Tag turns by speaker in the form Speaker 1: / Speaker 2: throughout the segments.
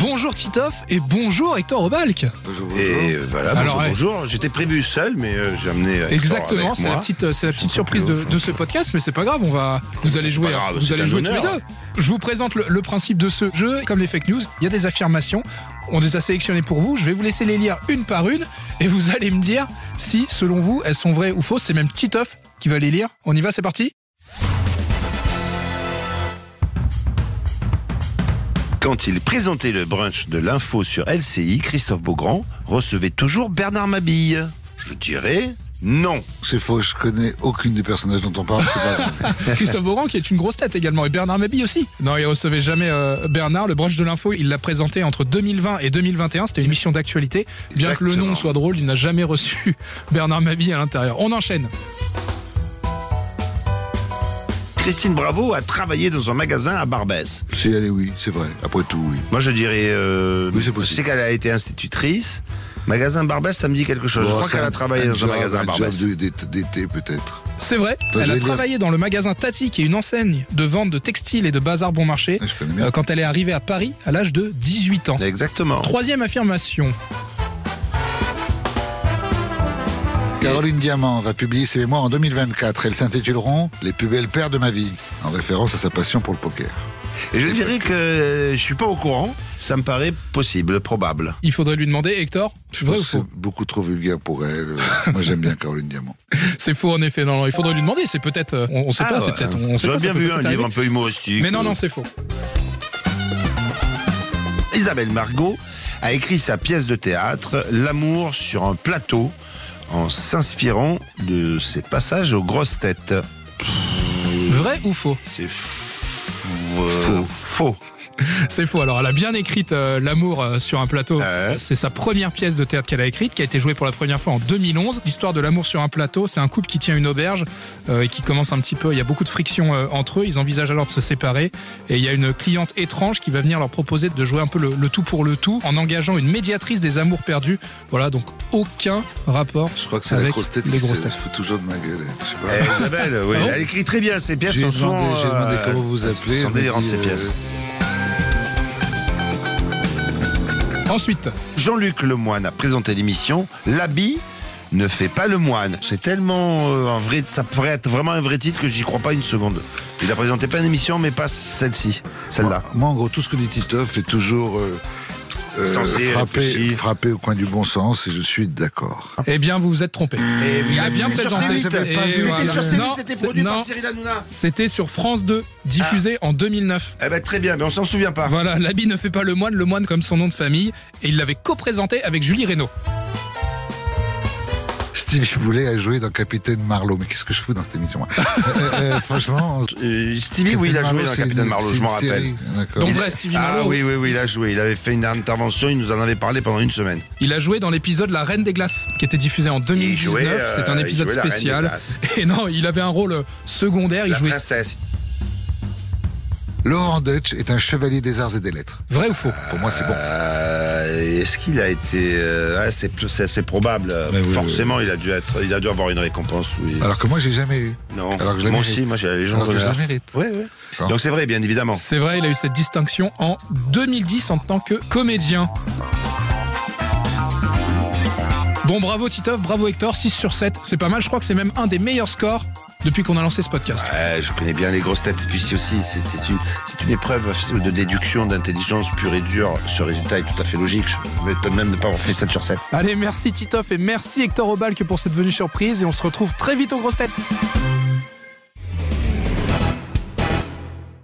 Speaker 1: Bonjour Titoff et bonjour Hector Obalk.
Speaker 2: Bonjour,
Speaker 3: Et euh, voilà,
Speaker 1: Alors,
Speaker 3: bonjour,
Speaker 1: ouais.
Speaker 3: bonjour. J'étais prévu seul, mais euh, j'ai amené. Hector
Speaker 1: Exactement,
Speaker 3: avec
Speaker 1: c'est
Speaker 3: moi.
Speaker 1: la petite, euh, c'est la petite
Speaker 3: Chanson
Speaker 1: surprise de,
Speaker 3: Cléo,
Speaker 1: de ce podcast, mais c'est pas grave, on va, vous allez jouer,
Speaker 3: pas
Speaker 1: hein,
Speaker 3: grave,
Speaker 1: vous
Speaker 3: c'est
Speaker 1: allez
Speaker 3: un
Speaker 1: jouer tous les
Speaker 3: honneur.
Speaker 1: deux. Je vous présente le, le principe de ce jeu, comme les fake news, il y a des affirmations, on les a sélectionnées pour vous, je vais vous laisser les lire une par une, et vous allez me dire si, selon vous, elles sont vraies ou fausses, c'est même Titoff qui va les lire. On y va, c'est parti
Speaker 3: Quand il présentait le brunch de l'info sur LCI, Christophe Beaugrand recevait toujours Bernard Mabille. Je dirais non.
Speaker 2: C'est faux, je connais aucune des personnages dont on parle. c'est pas vrai.
Speaker 1: Christophe Beaugrand, qui est une grosse tête également, et Bernard Mabille aussi. Non, il recevait jamais euh, Bernard. Le brunch de l'info, il l'a présenté entre 2020 et 2021. C'était une émission d'actualité. Bien que le
Speaker 3: Exactement.
Speaker 1: nom soit drôle, il n'a jamais reçu Bernard Mabille à l'intérieur. On enchaîne.
Speaker 3: Christine Bravo a travaillé dans un magasin à Barbès.
Speaker 2: J'y allais, oui, c'est vrai. Après tout, oui.
Speaker 3: Moi, je dirais. euh,
Speaker 2: Oui, c'est
Speaker 3: Je
Speaker 2: possible.
Speaker 3: sais qu'elle a été institutrice. Magasin Barbès, ça me dit quelque chose. je
Speaker 2: Bon,
Speaker 3: crois
Speaker 2: Oh, c'est
Speaker 3: qu'elle
Speaker 2: un-
Speaker 3: a travaillé dans
Speaker 2: job-
Speaker 3: un magasin à
Speaker 2: job
Speaker 3: Barbès.
Speaker 2: de- d'été- d'été, peut-être.
Speaker 1: C'est vrai,
Speaker 2: Ça,
Speaker 1: elle
Speaker 2: je
Speaker 1: a
Speaker 2: vais dire.
Speaker 1: travaillé dans le magasin Tati, qui est une enseigne de vente de textiles et de bazar bon marché,
Speaker 2: Ah, Je connais
Speaker 1: euh,
Speaker 2: bien.
Speaker 1: quand elle est arrivée à Paris à l'âge de 18 ans.
Speaker 3: Exactement.
Speaker 1: Troisième affirmation.
Speaker 2: Caroline Diamant va publier ses mémoires en 2024. Elles s'intituleront Les plus belles paires de ma vie, en référence à sa passion pour le poker.
Speaker 3: Et je dirais que euh, je suis pas au courant. Ça me paraît possible, probable.
Speaker 1: Il faudrait lui demander, Hector,
Speaker 2: Je
Speaker 1: c'est vrai
Speaker 2: pense
Speaker 1: ou
Speaker 2: que c'est
Speaker 1: faux
Speaker 2: beaucoup trop vulgaire pour elle. Moi, j'aime bien Caroline Diamant.
Speaker 1: C'est faux en effet. Non, non, il faudrait lui demander. C'est peut-être, euh, on, on sait
Speaker 3: Ah,
Speaker 1: pas, c'est
Speaker 3: ouais.
Speaker 1: peut-être, on, on sait
Speaker 3: J'aurais
Speaker 1: pas, ça
Speaker 3: bien
Speaker 1: peut
Speaker 3: vu un
Speaker 1: peut-être
Speaker 3: livre un
Speaker 1: arriver.
Speaker 3: peu humoristique. euh,
Speaker 1: Mais non, non, c'est faux.
Speaker 3: Isabelle Margot a écrit sa pièce de théâtre L'amour sur un plateau en s'inspirant de ses passages aux grosses têtes.
Speaker 1: Vrai ou faux
Speaker 3: C'est f- euh, faux.
Speaker 1: C'est faux. Alors, elle a bien écrite euh, L'amour euh, sur un plateau.
Speaker 3: Ouais.
Speaker 1: C'est sa première pièce de théâtre qu'elle a écrite, qui a été jouée pour la première fois en 2011. L'histoire de l'amour sur un plateau, c'est un couple qui tient une auberge euh, et qui commence un petit peu. Il y a beaucoup de friction euh, entre eux. Ils envisagent alors de se séparer. Et il y a une cliente étrange qui va venir leur proposer de jouer un peu le, le tout pour le tout en engageant une médiatrice des amours perdus. Voilà, donc aucun rapport.
Speaker 2: Je crois que c'est
Speaker 1: Avec
Speaker 2: la grosse tête
Speaker 1: les
Speaker 2: qui
Speaker 1: grosses
Speaker 2: se
Speaker 1: têtes.
Speaker 2: fout toujours de ma gueule. elle. Je sais pas.
Speaker 3: Eh, Isabelle, oui,
Speaker 1: Ah bon
Speaker 3: elle écrit très Eh bien. Ses pièces
Speaker 2: J'ai
Speaker 3: sont.
Speaker 2: demandé, j'ai demandé
Speaker 3: euh,
Speaker 2: comment vous appelez.
Speaker 3: sont
Speaker 2: elle m'a
Speaker 3: délirantes,
Speaker 2: dit, euh,
Speaker 3: ces pièces.
Speaker 1: Ensuite,
Speaker 3: Jean-Luc Lemoine a présenté l'émission L'habit ne fait pas le moine. C'est tellement euh, un vrai, ça pourrait être vraiment un vrai titre que j'y crois pas une seconde. Il a présenté plein d'émissions, mais pas celle-ci, celle-là.
Speaker 2: Moi, en gros, tout ce que dit Titoff est toujours euh, euh,
Speaker 3: Censé,
Speaker 2: frappé,
Speaker 3: réfléchi. Ah.
Speaker 2: frappé au coin du bon sens, et je suis d'accord.
Speaker 1: eh bien, vous vous êtes trompé.
Speaker 3: Et
Speaker 1: Il
Speaker 2: Ah,
Speaker 1: a
Speaker 3: oui,
Speaker 1: Ah, bien
Speaker 3: c'était sur
Speaker 1: présenté.
Speaker 3: C8.
Speaker 2: j'avais pas
Speaker 1: Et
Speaker 2: vu. C'était
Speaker 1: voilà.
Speaker 2: sur C8,
Speaker 1: Non, c'est- non,
Speaker 3: Cyril Hanouna.
Speaker 1: C'était sur France 2, diffusé
Speaker 2: Ah.
Speaker 1: en 2009.
Speaker 3: Eh ben très bien, mais on s'en souvient pas.
Speaker 1: Voilà, l'habit ne fait pas le moine, le moine comme son nom de famille, et il l'avait co-présenté avec Julie Reynaud.
Speaker 2: Stevie Boulet a joué dans Capitaine Marlowe. Mais qu'est-ce que je fous dans cette émission moi Euh, euh, Franchement.
Speaker 3: Euh, Stevie, oui, il a joué dans Capitaine Marlowe, je m'en rappelle.
Speaker 1: Donc
Speaker 2: D'accord.
Speaker 1: vrai, Stevie
Speaker 3: Ah
Speaker 1: Marlowe,
Speaker 3: oui, oui, oui, il a joué. Il avait fait une intervention, il nous en avait parlé pendant une semaine.
Speaker 1: il a joué dans l'épisode La Reine des Glaces, qui était diffusé en
Speaker 3: Il
Speaker 1: 2019.
Speaker 3: jouait, euh,
Speaker 1: C'est un
Speaker 3: il
Speaker 1: épisode
Speaker 3: jouait la reine des
Speaker 1: spécial.
Speaker 3: glaces.
Speaker 1: Et non, il avait un rôle secondaire. Il
Speaker 3: La
Speaker 1: jouait
Speaker 3: princesse.
Speaker 2: Laurent Deutsch est un chevalier des arts et des lettres.
Speaker 1: vrai ou faux
Speaker 2: Pour moi, c'est bon.
Speaker 3: Euh, Est-ce qu'il a été euh, ah, c'est c'est assez probable.
Speaker 2: Mais oui,
Speaker 3: Forcément, il a dû être, il a dû avoir une récompense. Oui.
Speaker 2: Alors que moi, j'ai jamais eu.
Speaker 3: non.
Speaker 2: alors que je la
Speaker 3: moi
Speaker 2: mérite.
Speaker 3: aussi, moi j'ai la légende
Speaker 2: Alors que je la
Speaker 3: d'honneur.
Speaker 2: mérite.
Speaker 3: Ouais, ouais.
Speaker 2: D'accord.
Speaker 3: Donc c'est vrai, bien évidemment.
Speaker 1: C'est vrai, il a eu cette distinction en 2010 en tant que comédien. Bon, bravo Titoff, bravo Hector, 6 sur 7, c'est pas mal, je crois que c'est même un des meilleurs scores depuis qu'on a lancé ce podcast.
Speaker 3: Ouais, je connais bien les grosses têtes. Puis c'est aussi, c'est- c'est une, c'est une épreuve de déduction, d'intelligence pure et dure. Ce résultat est tout à fait logique. Je m'étonne même de ne pas avoir fait 7 sur 7.
Speaker 1: Allez, merci Titoff et merci Hector Obalk pour cette venue surprise et on se retrouve très vite aux grosses têtes.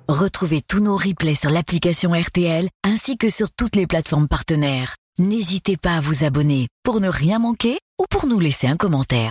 Speaker 4: Retrouvez tous nos replays sur l'application RTL ainsi que sur toutes les plateformes partenaires. N'hésitez pas à vous abonner pour ne rien manquer ou pour nous laisser un commentaire.